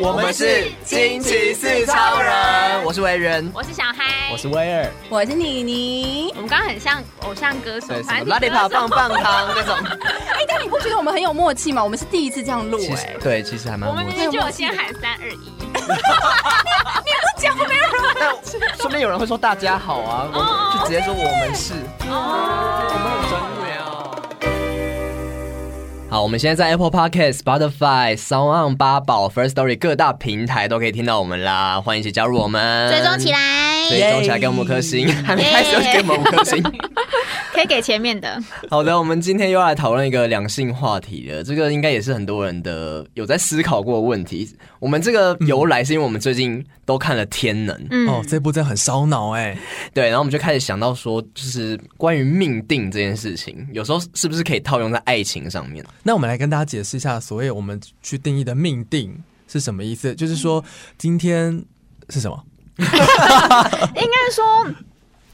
我们是惊奇四超人，我是维人，我是小嗨，我是威尔，我是妮妮我。们刚刚很像偶像歌手对，，什反么正拉你力歌跑手棒棒糖那种，哎、但你不觉得我们很有默契吗？我们是第一次这样录、其哎实， 对，其实还蛮我们默明契。明就有先喊三二一，但顺便有人会说大家好啊，我就直接说我们是，嗯我们很专业哦。好，我们现在在 Apple Podcast、Spotify、Sound On、八宝、First Story 各大平台都可以听到我们啦，欢迎一起加入我们，追踪起，来，追踪起来，给我们五颗星，还没开始就给我们五颗星。可以给前面的，好的，我们今天又要来讨论一个两性话题了。这个应该也是很多人的有在思考过的问题。我们这个由来是因为我们最近都看了《天能》，嗯哦，这部真的很烧脑哎，对，然后我们就开始想到说，就是关于命定这件事情，有时候是不是可以套用在爱情上面？那我们来跟大家解释一下，所谓我们去定义的命定是什么意思？就是嗯说今天是什么？应该说。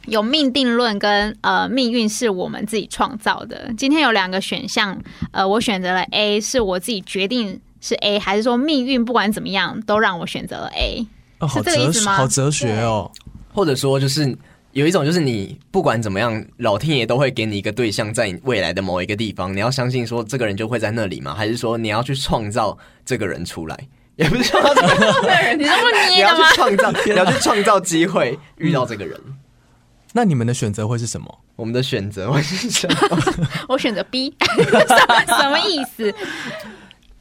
有命定论跟呃命运是我们自己创造的。今天有两个选项，呃，我选择了 A，是我自己决定是 A，还是说命运不管怎么样都让我选择了 A？哦，是好这个意哲思学，吗好哲学哦。或者说，就是有一种就是你不管怎么样，老天爷都会给你一个对象，在你未来的某一个地方，你要相信说这个人就会在那里吗？还是说你要去创造这个人出来？也不是创造 这个人你是不你捏要的去嗯吗？创 造，你要去创造机会遇到这个人。那你们的选择会是什么？我们的选择会是什 么？ 我选择 B，什么意思？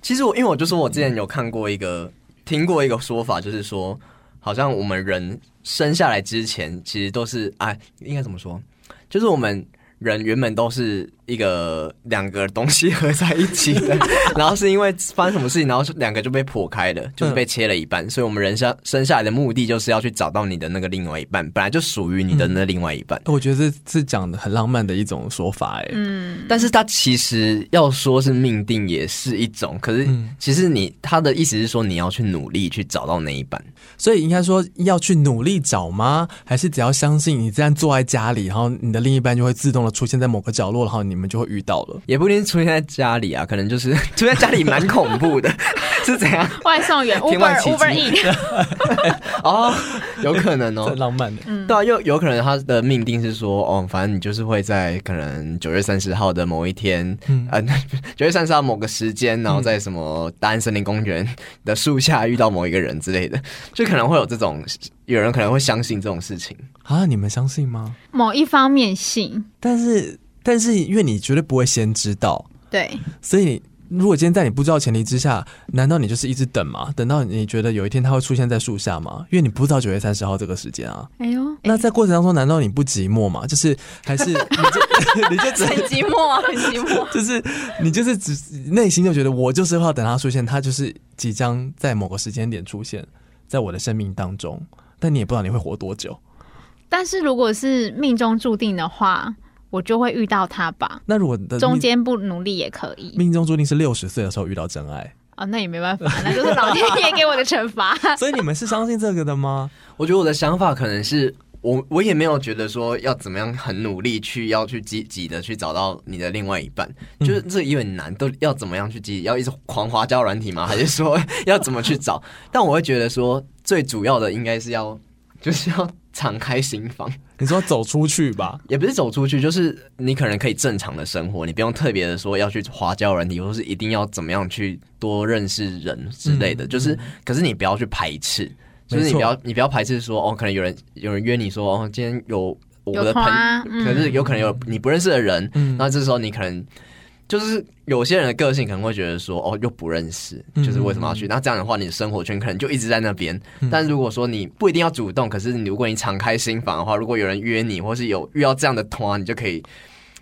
其实我因为我就说我之前有看过一个听过一个说法，就是说好像我们人生下来之前，其实都是啊，应该怎么说？就是我们。人原本都是一个两个东西合在一起 的，然后是因为发生什么事情，然后是两个就被破开了，就是被切了一半。所以，我们人生生下来的目的就是要去找到你的那个另外一半，本来就属于你的那另外一半。我觉得这是讲的很浪漫的一种说法哎。嗯，但是它其实要说是命定也是一种，可是嗯其实你他的意思是说你要去努力去找到那一半，所以应该说要去努力找吗？还是只要相信你这样坐在家里，然后你的另一半就会自动的出现在某个角落，然后你们就会遇到了？也不一定出现在家里啊，可能就是 出现在家里蛮恐怖的， 是怎样？外送员天外 Uber 奇迹 Uber E，哦，有可能这 哦。浪漫欸的，嗯对啊，又有可能他的命定是说，哦，反正你就是会在可能九月三十号的某一天，嗯呃， 九月三十号某个时间，然后在什么大安森林公园的树下遇到某一个人之类的，就可能会有这种，有人可能会相信这种事情。啊，你们相信吗？某一方面性，但是，但是，因为你绝对不会先知道，对，所以如果今天在你不知道的前提之下，难道你就是一直等吗？等到你觉得有一天他会出现在树下吗？因为你不知道九月三十号这个时间啊。哎呦，那在过程当中，难道你不寂寞吗？就是 还是你就 你就只。很寂寞啊，很寂寞 就是你就是只内心就觉得我就是要等他出现，他就是即将在某个时间点出现在我的生命当中，但你也不知道你会活多久。但是如果是命中注定的话，我就会遇到他吧。那如果你的中命间不努力也可以呃命中注定是六十岁的时候遇到 真爱，啊、那也没办法，那就是老天爷给我的惩罚。所以你们是相信这个的吗？我觉得我的想法可能是我我也没有觉得说要怎么样很努力去要去积极的去找到你的另外一半，就是这有点难，都要怎么样去积极，要一直狂花交友软体吗？还是说要怎么去找？但我会觉得说最主要的应该是要就是要敞开心房，你说走出去吧，也不是走出去，就是你可能可以正常的生活，你不用特别的说要去花交友软体，或是一定要怎么样去多认识人之类的。嗯就是，可是你不要去排斥，就没错是你不要你不要排斥说哦，可能有人有人约你说哦，今天有我的有空朋啊嗯可是有可能有你不认识的人，嗯那这时候你可能。就是有些人的个性可能会觉得说，哦，又不认识，嗯就是为什么要去？那这样的话，你的生活圈可能就一直在那边。嗯但如果说你不一定要主动，可是你如果你敞开心房的话，如果有人约你，或是有遇到这样的团，你就可以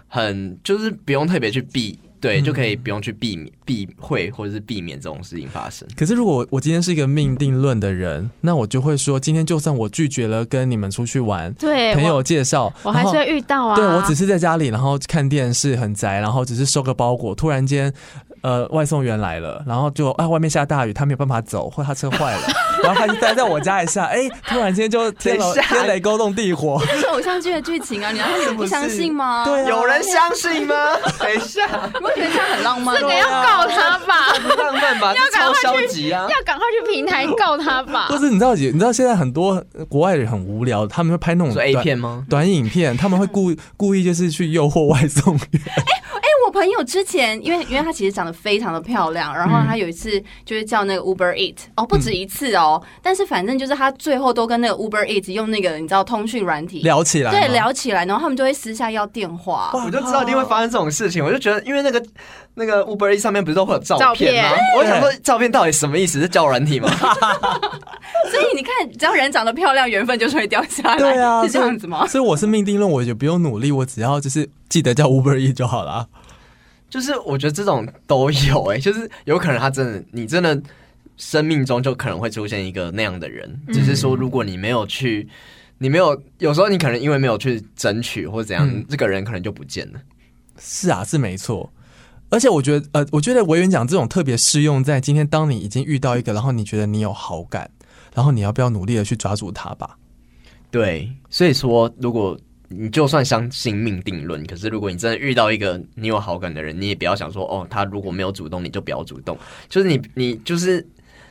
很就是不用特别去避，对，嗯就可以不用去避免避讳或者是避免这种事情发生。可是如果我我今天是一个命定论的人，那我就会说，今天就算我拒绝了跟你们出去玩， 对，朋我友哦介绍，我还然是后会遇到啊。对我只是在家里，然后看电视很宅，然后只是收个包裹，突然间。呃外送员来了，然后就啊外面下大雨，他没有办法走，或他车坏 了，然后他就待在我家一下，哎、突然间就天雷等一下天雷勾动 地火，这是偶像剧的剧情啊，你难道你们不相信吗？ 对啊有人相信吗？ 等一下，你不觉得这样很浪漫这吗啊个？要告他吧， 不浪漫 吧？这超消极啊！要赶快去平台告他吧或。是你知道，你知道现在很多国外人很无聊，他们会拍那种说 A 短片吗？短影片，他们会故意故意就是去诱惑外送员，哎、我朋友之前，因为因为她其实长得非常的漂亮，然后她有一次就是叫那个 Uber Eat，哦，不止一次哦，但是反正就是她最后都跟那个 Uber Eat 用那个你知道通讯软体聊起来吗，对聊起来，然后他们就会私下要电话。 哇我就知道一定会发生这种事情，我就觉得，因为那个那个 Uber E 上面不是都会有照片吗照？我想说，照片到底什么意思？是交友软体吗？ 所以你看，只要人长得漂亮，缘分就是会掉下来，对 啊，是这所以样子吗？所以我是命定论，我也不用努力，我只要就是记得叫 Uber E 就好了啊。就是我觉得这种都有哎、就是有可能他真的，你真的生命中就可能会出现一个那样的人，只是说如果你没有去，你没有，有时候你可能因为没有去争取或者怎样，嗯这个人可能就不见了。是啊，是没错。而且我觉得，呃，我觉得委员奖这种特别适用在今天，当你已经遇到一个，然后你觉得你有好感，然后你要不要努力的去抓住他吧？对，所以说如果。你就算相信命定论，可是如果你真的遇到一个你有好感的人，你也不要想说哦，他如果没有主动，你就不要主动。就是你，你就是，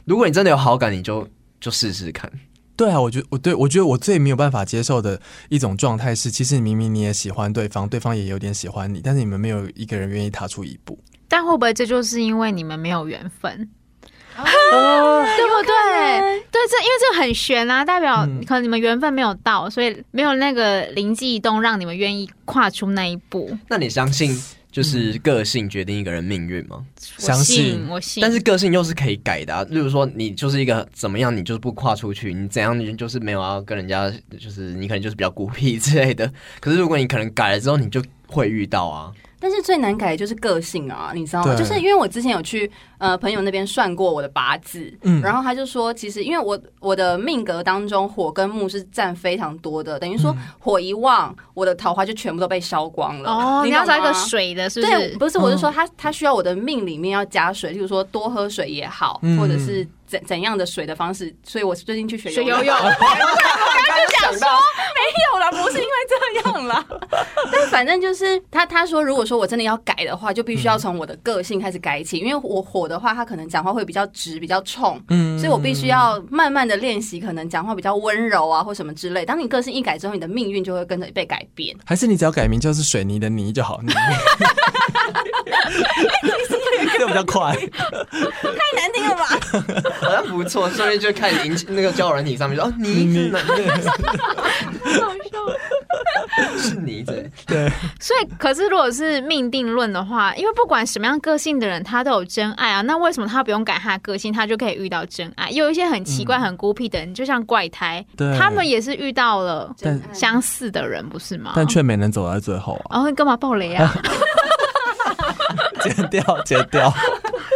如果你真的有好感，你就就试试看。对啊，我觉得我对我觉得我最没有办法接受的一种状态是，其实明明你也喜欢对方，对方也有点喜欢你，但是你们没有一个人愿意踏出一步。但会不会这就是因为你们没有缘分？ 哦， 对不对？对，这因为这很悬啊，代表嗯可能你们缘分没有到，所以没有那个灵机一动让你们愿意跨出那一步。那你相信就是个性决定一个人命运吗？我相信信，我信。但是个性又是可以改的、啊，例如说你就是一个怎么样，你就是不跨出去，你怎样你就是没有要跟人家，就是你可能就是比较孤僻之类的。可是如果你可能改了之后，你就会遇到啊。但是最难改的就是个性啊，你知道吗？对就是因为我之前有去呃朋友那边算过我的八字，嗯然后他就说，其实因为我我的命格当中火跟木是占非常多的，等于嗯说火一旺，我的桃花就全部都被烧光了。哦，你要懂找一个吗水的，是不对，是？不是，嗯我是说他他需要我的命里面要加水，例如说多喝水也好，嗯或者是怎怎样的水的方式。所以我最近去学学游游 泳，刚想到，没有啦，不是因为这样啦。 但反正就是他他说，如果说我真的要改的话，就必须嗯要从我的个性开始改起，因为我火的话，他可能讲话会比较直，比较冲。嗯所以我必须要慢慢的练习，可能讲话比较温柔啊，或什么之类。当你个性一改之后，你的命运就会跟着被改变。还是你只要改名就是水泥的泥就好，泥 这比较快。太难听了吧？好像不错，顺便就看引那个交友软体上面说哦，你是哪是你对，所以，可是如果是命定论的话，因为不管什么样个性的人，他都有真爱啊。那为什么他不用改他的个性，他就可以遇到真爱？也有一些很奇怪、嗯很孤僻的人，就像怪胎对，他们也是遇到了嗯但相似的人，不是吗？但却没能走到最后啊！然后干嘛爆雷 啊？剪掉，剪掉。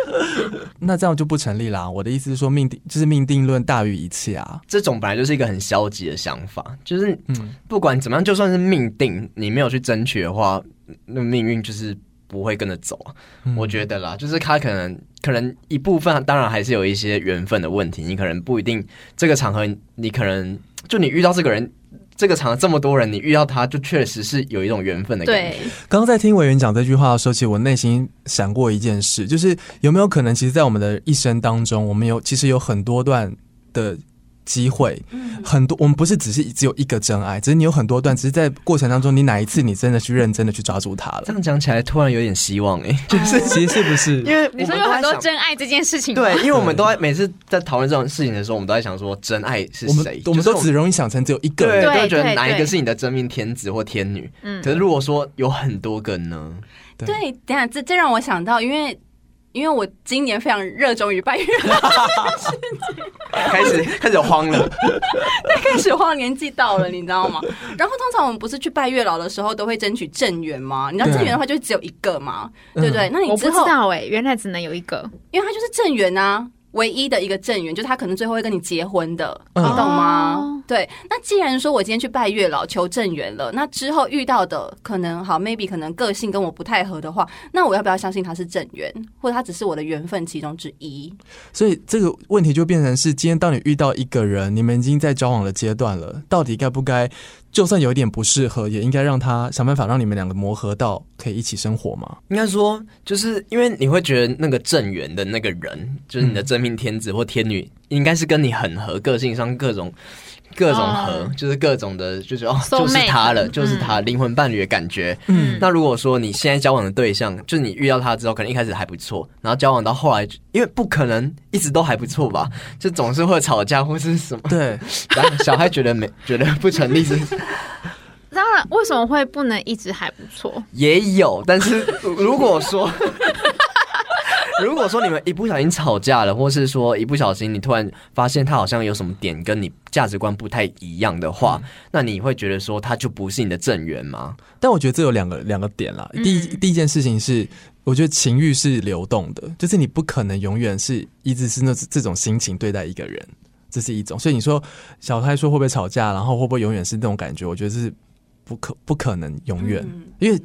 那这样就不成立啦。我的意思是说，命定就是命定论大于一切啊。这种本来就是一个很消极的想法，就是嗯，不管怎么样，就算是命定，你没有去争取的话，那命运就是不会跟着走啊。嗯我觉得啦，就是他可能可能一部分，当然还是有一些缘分的问题，你可能不一定这个场合，你可能就你遇到这个人。这个场合这么多人，你遇到他就确实是有一种缘分的感觉。对，刚刚在听委员讲这句话的时候，其实我内心闪过一件事，就是有没有可能，其实，在我们的一生当中，我们有其实有很多段的机会，很多我们不是只是只有一个真爱，只是你有很多段，只是在过程当中，你哪一次你真的去认真的去抓住它了这，样讲起来，突然有点希望哎、就是 其实是不是？因为我你们说都有很在多想，真爱这件事情吗，对，因为我们都在每次在讨论这种事情的时候，我们都在想说真爱是我谁们，我们就是都只容易想成只有一个对，人。都对会觉得对哪一个对是你的真命天子或天女？嗯可是如果说有很多个呢？对对，等一下这这让我想到，因为因为我今年非常热衷于拜月老，开始开始有慌了，开始我年纪到了，你知道吗？ 然后通常我们不是去拜月老的时候都会争取正缘吗？你知道对嗯正缘的话就只有一个嘛，对不对？那你我不知之欸后，道哎、原来只能有一个。因为它就是正缘啊，唯一的一个正缘，就是他可能最后会跟你结婚的，嗯你懂吗哦？对，那既然说我今天去拜月老求正缘了，那之后遇到的可能好，maybe 可能个性跟我不太合的话，那我要不要相信他是正缘，或者他只是我的缘分其中之一？所以这个问题就变成是，今天当你遇到一个人，你们已经在交往的阶段了，到底该不该，就算有一点不适合，也应该让他想办法让你们两个磨合到可以一起生活吗？应该说，就是因为你会觉得那个正缘的那个人，就是你的真命天子或天女，应该是跟你很合，个性上各种各种合，哦就是各种的，就是哦， Soul 就是他 mate 了，就是他灵魂伴侣的感觉。嗯那如果说你现在交往的对象，就是你遇到他之后，可能一开始还不错，然后交往到后来，因为不可能一直都还不错吧，就总是会吵架或是什么。对， 然后小孩觉得没觉得不成立是当然，为什么会不能一直还不错？也有，但是 如果说。 如果说你们一不小心吵架了，或是说一不小心你突然发现他好像有什么点跟你价值观不太一样的话，嗯那你会觉得说他就不是你的正缘吗？ 但我觉得这有两个两个点啦。第一第一件事情是，我觉得情欲是流动的，就是你不可能永远是一直是那这种心情对待一个人，这是一种。所以你说小太说会不会吵架，然后会不会永远是那种感觉？我觉得是不可不可能永远，嗯因为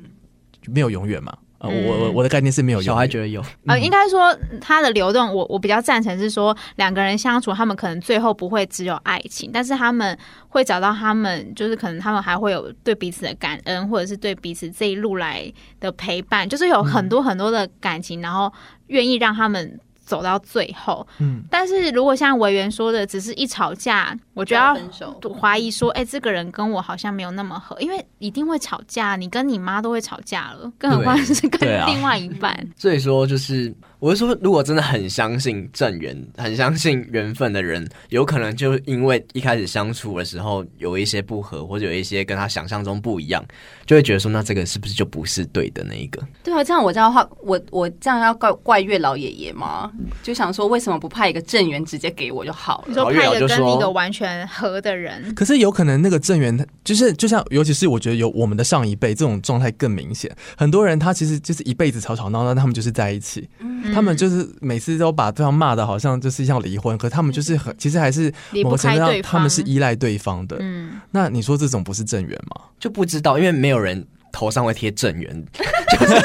没有永远嘛。啊，我我我的概念是没有永远小孩觉得有，呃，应该说它的流动，我我比较赞成是说两个人相处，他们可能最后不会只有爱情，但是他们会找到他们，就是可能他们还会有对彼此的感恩，或者是对彼此这一路来的陪伴，就是有很多很多的感情，然后愿意让他们。走到最后，嗯，但是如果像委员说的，只是一吵架，我就要分手怀疑说，哎、这个人跟我好像没有那么合，因为一定会吵架，你跟你妈都会吵架了，更何况是跟对啊另外一半。所以说就是我是说，如果真的很相信正缘、很相信缘分的人，有可能就因为一开始相处的时候有一些不合，或者有一些跟他想象中不一样，就会觉得说那这个是不是就不是对的那一个？对啊，这样我这样的话，我我这样要怪怪月老爷爷吗？就想说为什么不派一个正缘直接给我就好你了？说老派月老一个就跟说一个完全合的人，可是有可能那个正缘，就是就像，尤其是我觉得有我们的上一辈这种状态更明显。很多人他其实就是一辈子吵吵闹闹，他们就是在一起，嗯他们就是每次都把对方骂的好像就是要离婚，可他们就是很其实还是离某不个程开度上对方。他们是依赖对方的。嗯，那你说这种不是正缘吗？就不知道，因为没有人头上会贴正缘， 就是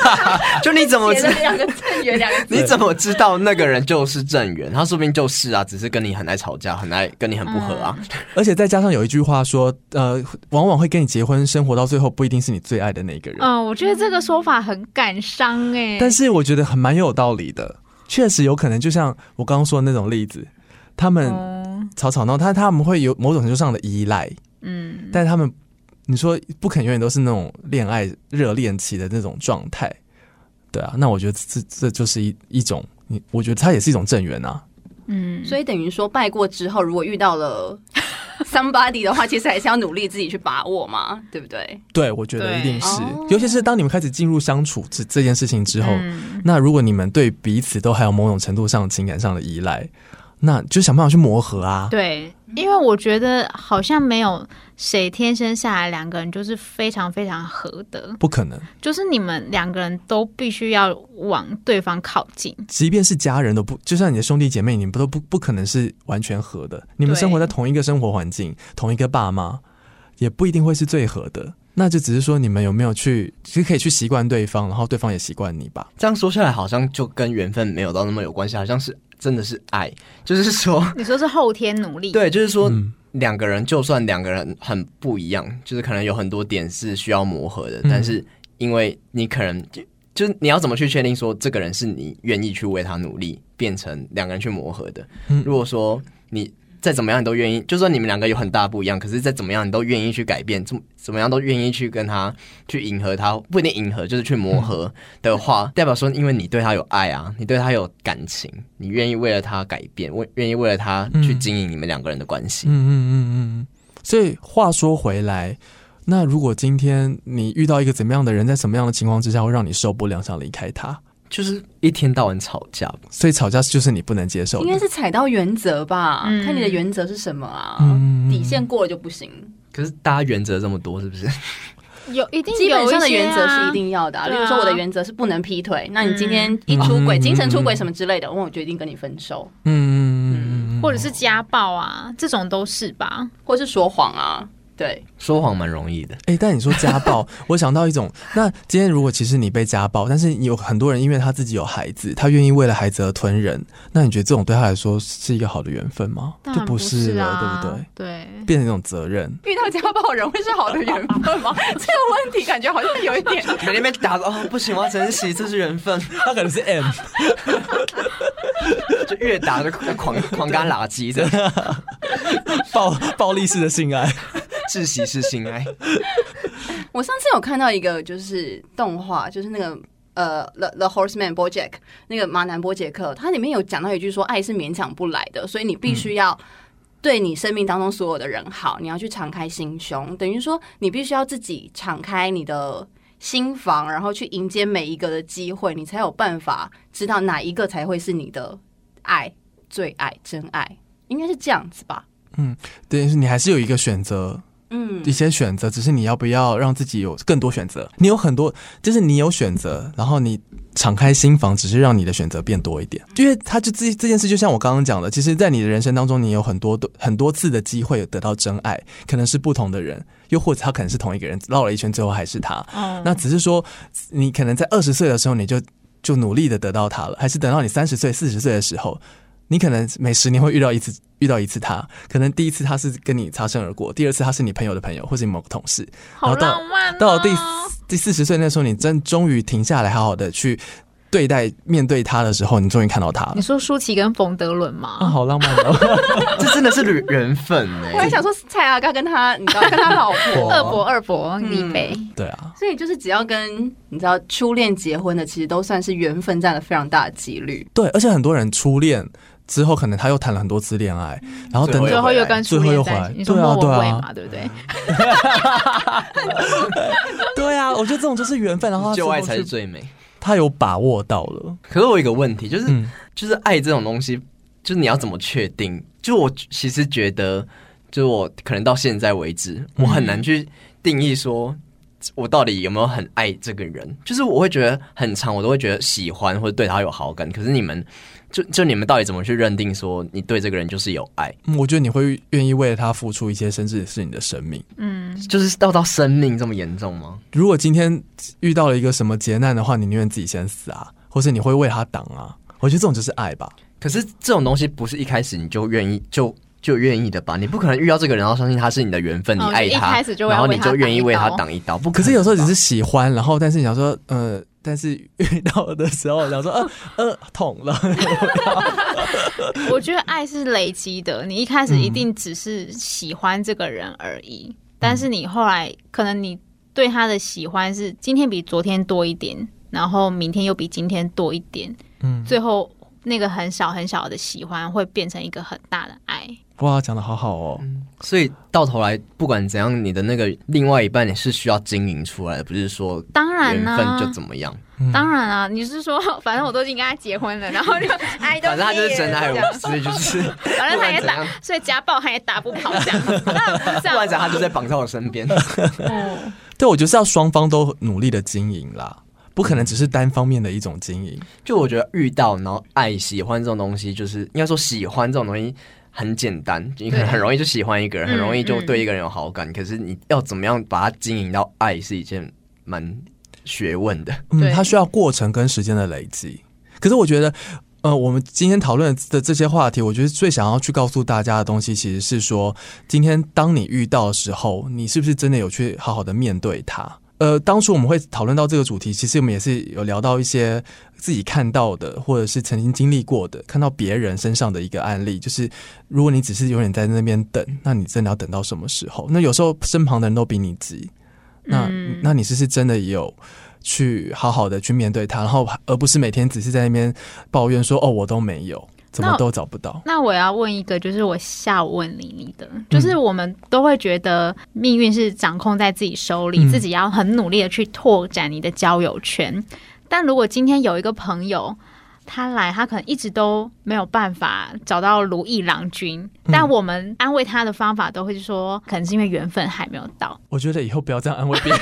就你怎么 写知了两个正缘，两个你怎么知道那个人就是正缘？他说不定就是啊，只是跟你很爱吵架，很爱跟你很不合啊。而且再加上有一句话说，呃，往往会跟你结婚生活到最后不一定是你最爱的那个人。嗯，我觉得这个说法很感伤哎、但是我觉得很蛮有道理的，确实有可能，就像我刚刚说的那种例子，他们嗯吵吵闹，他他们会有某种程度上的依赖，嗯，但他们你说不肯永远都是那种恋爱热恋期的那种状态，对啊，那我觉得这这这就是一一种，你我觉得它也是一种正缘啊，嗯， 所以等于说拜过之后，如果遇到了 somebody 的话，其实还是要努力自己去把握嘛，对不对？对，我觉得一定是哦，尤其是当你们开始进入相处这这件事情之后，嗯那如果你们对彼此都还有某种程度上情感上的依赖，那就想办法去磨合啊，对，因为我觉得好像没有谁天生下来两个人就是非常非常合的，不可能，就是你们两个人都必须要往对方靠近。即便是家人都不，就像你的兄弟姐妹，你们都不不可能是完全合的。你们对生活在同一个生活环境，同一个爸妈，也不一定会是最合的。那就只是说你们有没有去，其实可以去习惯对方，然后对方也习惯你吧。这样说下来，好像就跟缘分没有到那么有关系，好像是真的是爱，就是说，你说是后天努力，对，就是说。嗯两个人就算两个人很不一样，就是可能有很多点是需要磨合的，嗯但是因为你可能就就是你要怎么去确定说这个人是你愿意去为他努力，变成两个人去磨合的。嗯如果说你再怎么样你都愿意，就算你们两个有很大不一样，可是再怎么样你都愿意去改变，怎么怎么样都愿意去跟他去迎合他，不一定迎合，就是去磨合的话，代表说因为你对他有爱啊，你对他有感情，你愿意为了他改变，为愿意为了他去嗯经营你们两个人的关系。嗯嗯嗯嗯嗯。所以话说回来，那如果今天你遇到一个怎么样的人，在什么样的情况之下会让你受不了，想离开他？就是一天到晚吵架吧，所以吵架就是你不能接受应该的。是踩到原则吧，嗯看你的原则是什么啊，嗯底线过了就不行。可是大家原则这么多，是不是？ 有一定基本上的有些啊原则是一定要的、啊，嗯对例啊如说我的原则是不能劈腿，那你今天一出轨、嗯精神出轨什么之类的，那我决定跟你分手，嗯嗯嗯嗯嗯，或者是家暴啊，这种都是吧？或是说谎啊，对，说谎蛮容易的，哎、但你说家暴，我想到一种，那今天如果其实你被家暴，但是有很多人因为他自己有孩子，他愿意为了孩子而吞人，那你觉得这种对他来说是一个好的缘分吗？当就然不是了，啊，对不对？对？变成一种责任，遇到家暴人会是好的缘分 吗？这个问题感觉好像有一点。每天被打哦，不行，我要珍惜，这是缘分，他可能是 M， 就越打就狂狂干垃圾的，暴暴力式的性爱，窒息是心爱。 我上次有看到一个就是动画，就是那个呃《The The Horseman》BoJack 那个马南波杰克，它里面有讲到一句说爱是勉强不来的，所以你必须要。对你生命当中所有的人好，你要去敞开心胸，等于说你必须要自己敞开你的心房，然后去迎接每一个的机会，你才有办法知道哪一个才会是你的爱、最爱、真爱，应该是这样子吧？对，你还是有一个选择，嗯一些选择，只是你要不要让自己有更多选择。你有很多，就是你有选择，然后你敞开心房，只是让你的选择变多一点。因为他就这这件事，就像我刚刚讲的，其实，在你的人生当中，你有很多多很多次的机会得到真爱，可能是不同的人，又或者他可能是同一个人，绕了一圈，最后还是他。哦，那只是说，你可能在二十岁的时候，你就就努力的得到他了，还是等到你三十岁、四十岁的时候，你可能每十年会遇到一次遇到一次他，可能第一次他是跟你擦身而过，第二次他是你朋友的朋友或是你某个同事，然好后到浪漫、哦。到了第第四十岁那时候，你真终于停下来，好好的去对待面对他的时候，你终于看到他了你。说舒淇跟冯德伦啊，吗？好浪漫哦！这真的是缘分哎、我还想说蔡阿嘎跟他，你知道跟他老 婆， 二哦伯二伯嗯李贝，对啊，所以就是只要跟你知道初恋结婚的，其实都算是缘分占了非常大的几率。对，啊而且很多人初恋之后，可能他又谈了很多次恋爱，然后等最又到最后又跟初最后又恋回在来一起，你说对啊莫文对蔚啊嘛，对不对？对啊，我觉得这种就是缘分，然后他旧爱最后才去是最美。他有把握到了，可是我有一个问题，就是、嗯就是爱这种东西，就是你要怎么确定？就我其实觉得，就是我可能到现在为止，我很难去定义说。我到底有没有很爱这个人？就是我会觉得很长，我都会觉得喜欢或者对他有好感。可是你们，就就你们到底怎么去认定说你对这个人就是有爱？嗯我觉得你会愿意为了他付出一些，甚至是你的生命。嗯，就是到到生命这么严重吗？如果今天遇到了一个什么劫难的话，你宁愿自己先死啊，或是你会为他挡啊？我觉得这种就是爱吧。可是这种东西不是一开始你就愿意就就愿意的吧？你不可能遇到这个人，然后相信他是你的缘分，你哦爱就一他，开始就要然后为你他就挡愿意一为他刀挡一刀。不可是有时候只能吧是喜欢，然后但是你想说，呃，但是遇到的时候想说，呃呃，捅了，我觉得爱是累积的，你一开嗯始一定只是喜欢这个人而已，但是你后来可能你对他的喜欢是今天比昨天多一点，然后明天又比今天多一点，嗯，最后那个很小很小的喜欢会变成一个很大的爱。哇，讲的好好哦，所以到头来，不管怎样，你的那个另外一半也是需要经营出来的，不是说当然缘呢、分就怎么样。嗯当然啊，你是说， 反正我都已经跟他结婚了，然后就 爱都反正他就是真爱我，我，所以就是啊反正他也 不管怎打样，所以家暴他也打不跑这样子，当然不是这不样然讲他就在绑在我身边。哦对，我觉得是要双方都努力的经营啦，不可能只是单方面的一种经营。就我觉得遇到然后爱喜欢这种东西，就是应该说喜欢这种东西很简单，你可能对很容易就喜欢一个人，嗯很容易就对一个人有好感。可是你要怎么样把它经营到爱，是一件蛮学问 的。嗯，对它需要过程跟时间的累积。可是我觉得，呃，我们今天讨论的这些话题，我觉得最想要去告诉大家的东西，其实是说，今天当你遇到的时候，你是不是真的有去好好的面对它？呃，当初我们会讨论到这个主题，其实我们也是有聊到一些自己看到的，或者是曾经经历过的，看到别人身上的一个案例，就是如果你只是永远在那边等，那你真的要等到什么时候？那有时候身旁的人都比你急，那、嗯那你是不是真的有去好好的去面对它，然后而不是每天只是在那边抱怨说哦我都没有，怎么那都找不到。那我要问一个，就是我下午问你你的，就是我们都会觉得命运是掌控在自己手里，嗯自己要很努力的去拓展你的交友圈。但如果今天有一个朋友，他来，他可能一直都没有办法找到如意郎君，但我们安慰他的方法都会是说，可能是因为缘分还没有到，我觉得以后不要这样安慰别 人，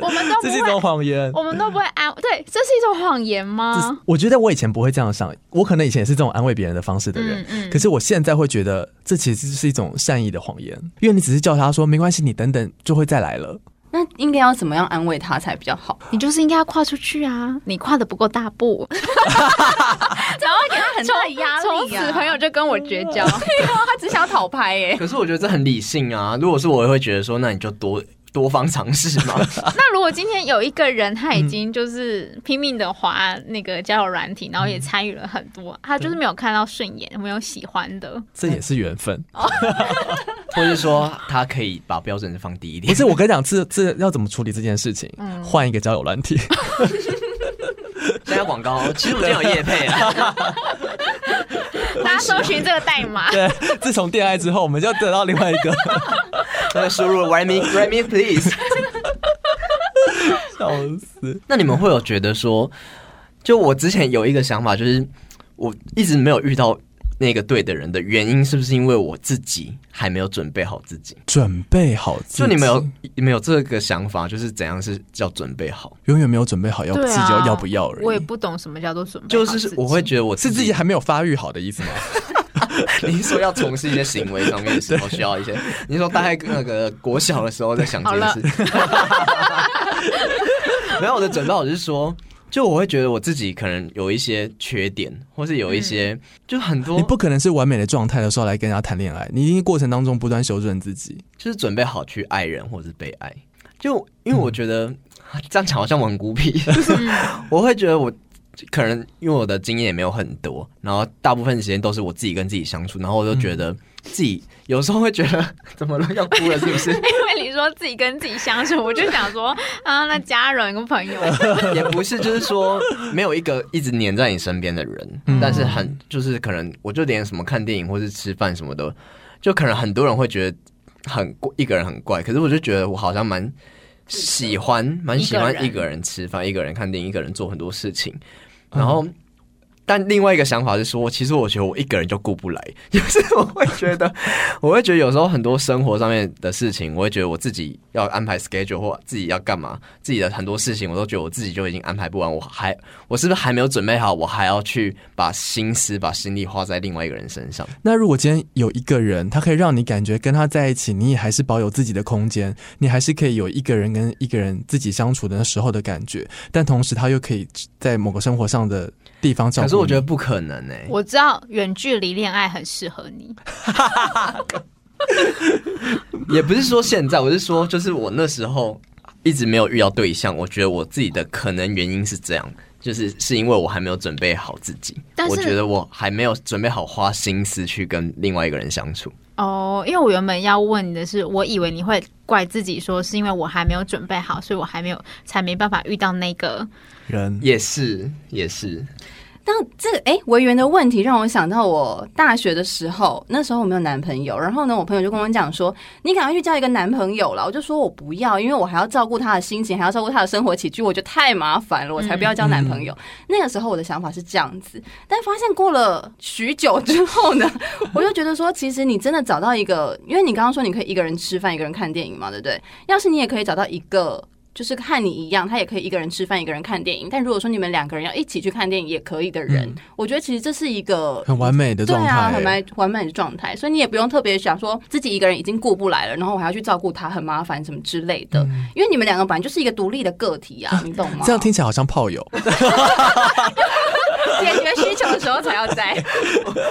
我们都不这是一种会，谎言。我啊们都不会安，对，这是一种谎言这是吗？我觉得我以前不会这样想，我可能以前也是这种安慰别人的方式的人嗯，嗯，可是我现在会觉得这其实是一种善意的谎言，因为你只是叫他说没关系，你等等就会再来了。那应该要怎么样安慰他才比较 好？你就是应该要跨出去啊，你跨的不够大步，然后给他很大 压从力此啊！朋友就跟我绝 交。他只想要讨拍耶、 可是我觉得这很理性啊。如果是我，也会觉得说，那你就多 多方尝试 嘛。那如果今天有一个人他已经就是拼命的滑那个交友软体，然后也参与了很多，他就是没有看到顺眼，没有喜欢 的，这也是缘分，或是说，他可以把标准放低一点不。是我跟你讲，这这要怎么处理这件事情？换一个交友软 体，现在广告，其实我今天有夜配 啊。大家搜寻这个代码。对，自从恋爱之后，我们就得到另外一个， 那个输入 “write me write me please”。笑死。那你们会有觉得说，就我之前有一个想法，就是我一直没有遇到那个对的人的原因，是不是因为我自己还没有准备好自己？准备好自己，就你们有你们有这个想法，就是怎样是叫准备好？永远没有准备好要对自啊己要要不要而已，我也不懂什么叫做准备就好自己，是我会觉得我是自己还没有发育好的意思吗？你是说要从事一些行为上面 的时候需要一些，你是说大概那个国小的时候在想这件事。 没有，我的准备好是说，就我会觉得我自己可能有一些缺点，或是有一些、嗯就很多你不可能是完美的状态的时候来跟人家谈恋爱，你一定过程当中不断修正自己。就是准备好去爱人或是被爱。就因为我觉得、 这样讲好像我很孤僻，就是 我会觉得我可能因为我的经验也没有很多，然后大部分时间都是我自己跟自己相处，然后我就觉得自己、有时候会觉得 怎么了要哭了是不是？ 因为你说自己跟自己相处，我就想说啊，那家人跟朋 友，也不是，就是说没有一个一直黏在你身边的人，但是很就是可能我就连什么看电影或是吃饭什么的，就可能很多人会觉得很怪一个人很怪，可是我就觉得我好像蛮喜欢蛮喜欢一一个个人吃饭、一个人看电影、一个人做很多事情，嗯然后。但另外一个想法是说，其实我觉得我一个人就顾不来， 就是我会觉得， 我会觉得有时候很多生活上面的事情，我会觉得我自己要安排 schedule 或自己要干嘛，自己的很多事情，我都觉得我自己就已经安排不完，我还我是不是还没有准备好，我还要去把心思、把心力花在另外一个人身上？那如果今天有一个人，他可以让你感觉跟他在一起，你也还是保有自己的空间，你还是可以有一个人跟一个人自己相处的时候的感觉，但同时他又可以在某个生活上的地方照顾可你。是我觉得不可能哎、我知道远距离恋爱很适合你，也不是说现在，我是说，就是我那时候一直没有遇到对象，我觉得我自己的可能原因是这样，就是是因为我还没有准备好自己，但是我觉得我还没有准备好花心思去跟另外一个人相处。哦，因为我原本要问你的是，我以为你会怪自己说是因为我还没有准备好，所以我还没有才没办法遇到那 个。人也是，也是，但这个哎，维园的问题让我想到我大学的时候，那时候我没有男朋友，然后呢，我朋友就跟我讲说，你赶快去交一个男朋友啦。我就说我不要，因为我还要照顾他的心情，还要照顾他的生活起居，我觉得太麻烦了，我才不要交男朋友。那个时候我的想法是这样子，但发现过了许久之后呢，我就觉得说，其实你真的找到一个，因为你刚刚说你可以一个人吃饭，一个人看电影嘛，对不对？要是你也可以找到一个。就是和你一样，他也可以一个人吃饭，一个人看电影。但如果说你们两个人要一起去看电影也可以的人，我觉得其实这是一个很完美的对状态、啊，很完完美的状态，所以你也不用特别想说自己一个人已经顾不来了，然后我还要去照顾他，很麻烦什么之类的。因为你们两个本来就是一个独立的个体啊，你懂吗？嗯 这样听起来好像 炮友，解决需求的时候才要在。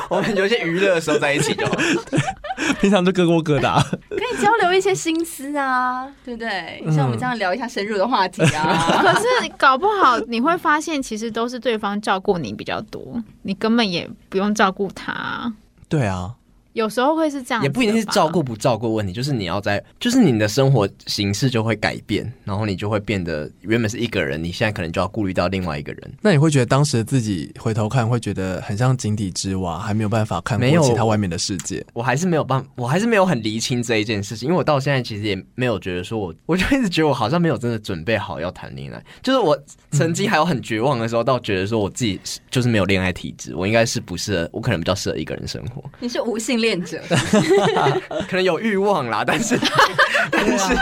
我们有一些娱乐的时候在一起就好。 平常就各过各的啊、可以交流一些心思啊，对不对？像嗯我们这样聊一下深入的话题可 啊。是搞不好你会发现，其实都是对方照顾你比较多，你根本也不用照顾他。对啊，有时候会是这样，也不一定是照顾。不照顾问题，就是你要在，就是你的生活形式就会改变，然后你就会变得原本是一个人，你现在可能就要顾虑到另外一个人。那你会觉得当时自己回头看，会觉得很像井底之蛙，还没有办法看没过有其他外面的世 界。我还是没有办法，我还是没有很厘清这一件事情，因为我到现在其实也没有觉得说我，我就一直觉得我好像没有真的准备好要谈恋爱。就是我曾经还有很绝望的时候，到觉得说我自己是就是没有恋爱体质，我应该是不适合，我可能比较适合一个人生活，你是无性恋者，可能有欲望啦，但是 但是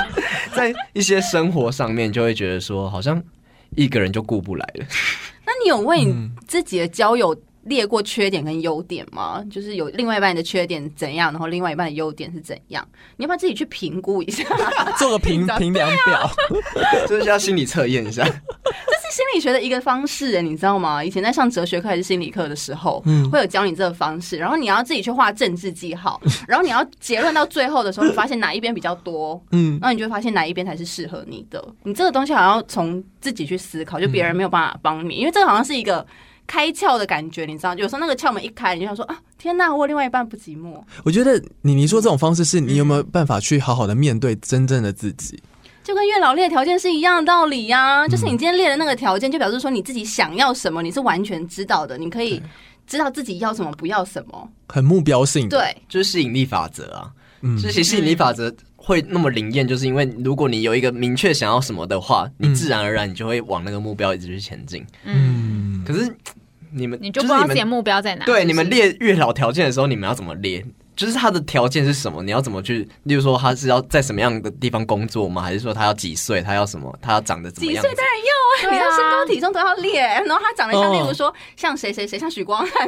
在一些生活上面就会觉得说，好像一个人就顾不来了。那你有为嗯你自己的交友列过缺点跟优点吗？就是有另外一半的缺点怎样，然后另外一半的优点是怎样？你要不要自己去评估一下？这做个评评量表，就是要心理测验一下。是心理学的一个方式，你知道吗？以前在上哲学课还是心理课的时候，啊嗯会有教你这个方式，然后你要自己去画政治记 号，然后你要结论到最后的时候，你发现哪一边比较多，嗯，然后你就会发现哪一边才是适合你的。你这个东西好像要从自己去思嗯考，就别人没有办法帮你，因为这个好像是一个开窍的感觉，你知道？有时候那个窍门一开，你就想说啊，天呐，我有另外一半不寂寞。我觉得你你说这种方式是你有没有办法去好好的面对真正的自己？就跟月老列的条件是一样的道理呀、就是你今天列的那个条件，就表示说你自己想要什么，你是完全知道的，你可以知道自己要什么，不要什么。很目标性的，对，就是吸引力法则啊。嗯就是其实吸引力法则会那么灵验，就是因为如果你有一个明确想要什么的话，你自然而然你就会往那个目标一直去前进。嗯，可是你们你就不是知道你自己的们目标在哪。对是不你是们列月老条件的时候，你们要怎么列？就是他的条件是什么？你要怎么去？例如说，他是要在什么样的地方工作吗？还是说他要几岁？他要什么？他要长得怎么几样岁子？当对然要啊，你啊要身高体重都要列。然后他长得像，哦例如说像谁谁谁，像许光汉，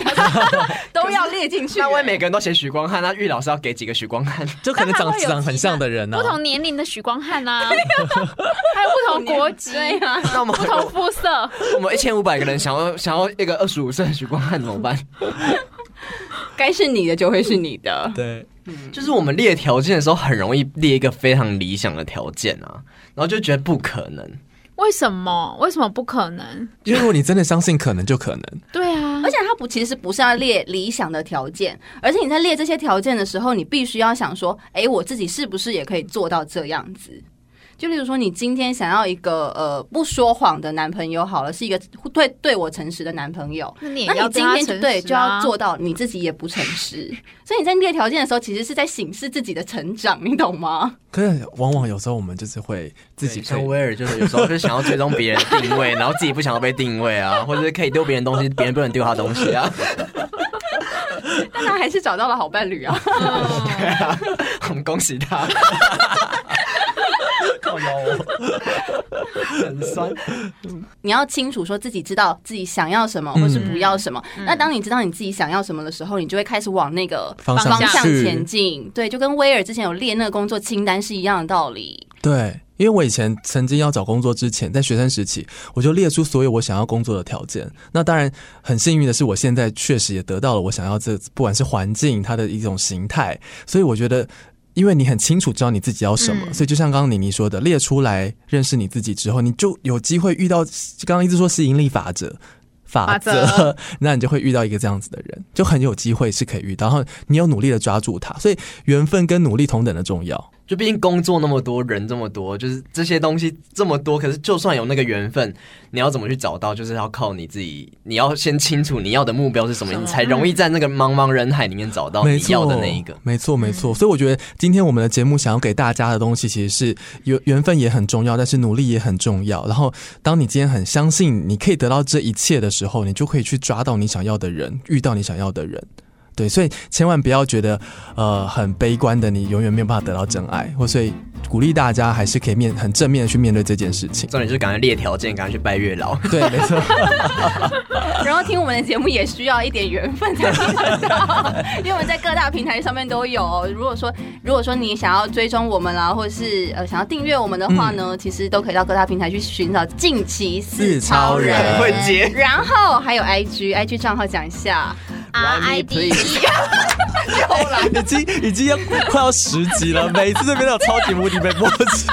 都要列进去。那为每个人都写许光汉，那月老是要给几个许光 汉？就可能但它长会有长其很他像的人啊不。同年龄的许光汉啊，还有不同国籍、对啊，那我们不同肤色，我们一千五百个人想要想要一个二十五岁的许光汉怎么办？该是你的就会是你的。对，就是我们列条件的时候，很容易列一个非常理想的条件啊，然后就觉得不可能。为什么？为什么不可能？因为如果你真的相信，可能就可能。对啊而，且它不其实不是要列理想的条件，而且你在列这些条件的时候，你必须要想说，诶，我自己是不是也可以做到这样子？就例如说，你今天想要一个呃不说谎的男朋友，好了，是一个对对我诚实的男朋友。那你也那要你今跟他天诚就实对就要啊做到你自己也不诚实，所以你在列条件的时候，其实是在显示自己的成长，你懂吗？ 可是往往有时候我们就是会自己对可以像威尔，就是有时候就想要追踪别人的定位，然后自己不想要被定位啊，或者是可以丢别人东西，别人不能丢他东西 啊，但他还是找到了好伴侣啊。 嗯我们恭喜他。靠腰哦 很酸，你要清楚说自己知道自己想要什么，或是不要什么。嗯那当你知道你自己想要什么的时候，你就会开始往那个方向向去前进。对，就跟威尔之前有列那个工作清单是一样的道理。对，因为我以前曾经要找工作之前，在学生时期，我就列出所有我想要工作的条件。那当然，很幸运的是，我现在确实也得到了我想要这，不管是环境它的一种形态，所以我觉得。因为你很清楚知道你自己要什么，嗯所以就像刚刚妮妮说的，列出来认识你自己之后，你就有机会遇到刚刚一直说吸引力法则法法则， 则那你就会遇到一个这样子的人，就很有机会是可以遇到。然后你有努力的抓住他，所以缘分跟努力同等的重要。就毕竟工作那么多人这么多，就是这些东西这么多，可是就算有那个缘分，你要怎么去找到，就是要靠你自己，你要先清楚你要的目标是什么，你才容易在那个茫茫人海里面找到啊没你错，要的那一个。没错，没错。所以我觉得今天我们的节目想要给大家的东西，其实是缘缘分也很重要，但是努力也很重要。然后，当你今天很相信你可以得到这一切的时候，你就可以去抓到你想要的人，遇到你想要的人。对，所以千万不要觉得呃很悲观的，你永远没有办法得到真爱，或所以鼓励大家还是可以面很正面的去面对这件事 情。重点就是赶快列条件，赶快去拜月 老。对，没错，然后听我们的节目也需要一点缘分才听得到，因为我们在各大平台上面都有哦。如果说如果说你想要追踪我们啦，或者是呃想要订阅我们的话呢，其实都可以到各大平台去寻找近期四四超超人人。会接然后还有 IG，IG 账号讲一下。 ，R Run I me D E，已经已经要快要十集了，每次这边都有超级无敌被默契，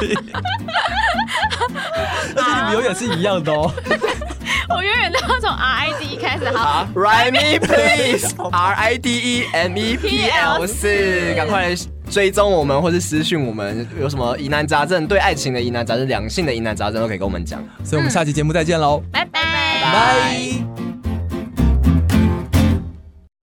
而且你们永远是一样的哦。 我永远都要从 R I D E 开始。好， r i d e me please，R I D E M E P L C，赶快来追踪我们或是私讯我们，有什么疑难杂症，对爱情的疑难杂症、两性的疑难杂症都可以跟我们讲。所以我们下期节目再见喽，拜拜。拜。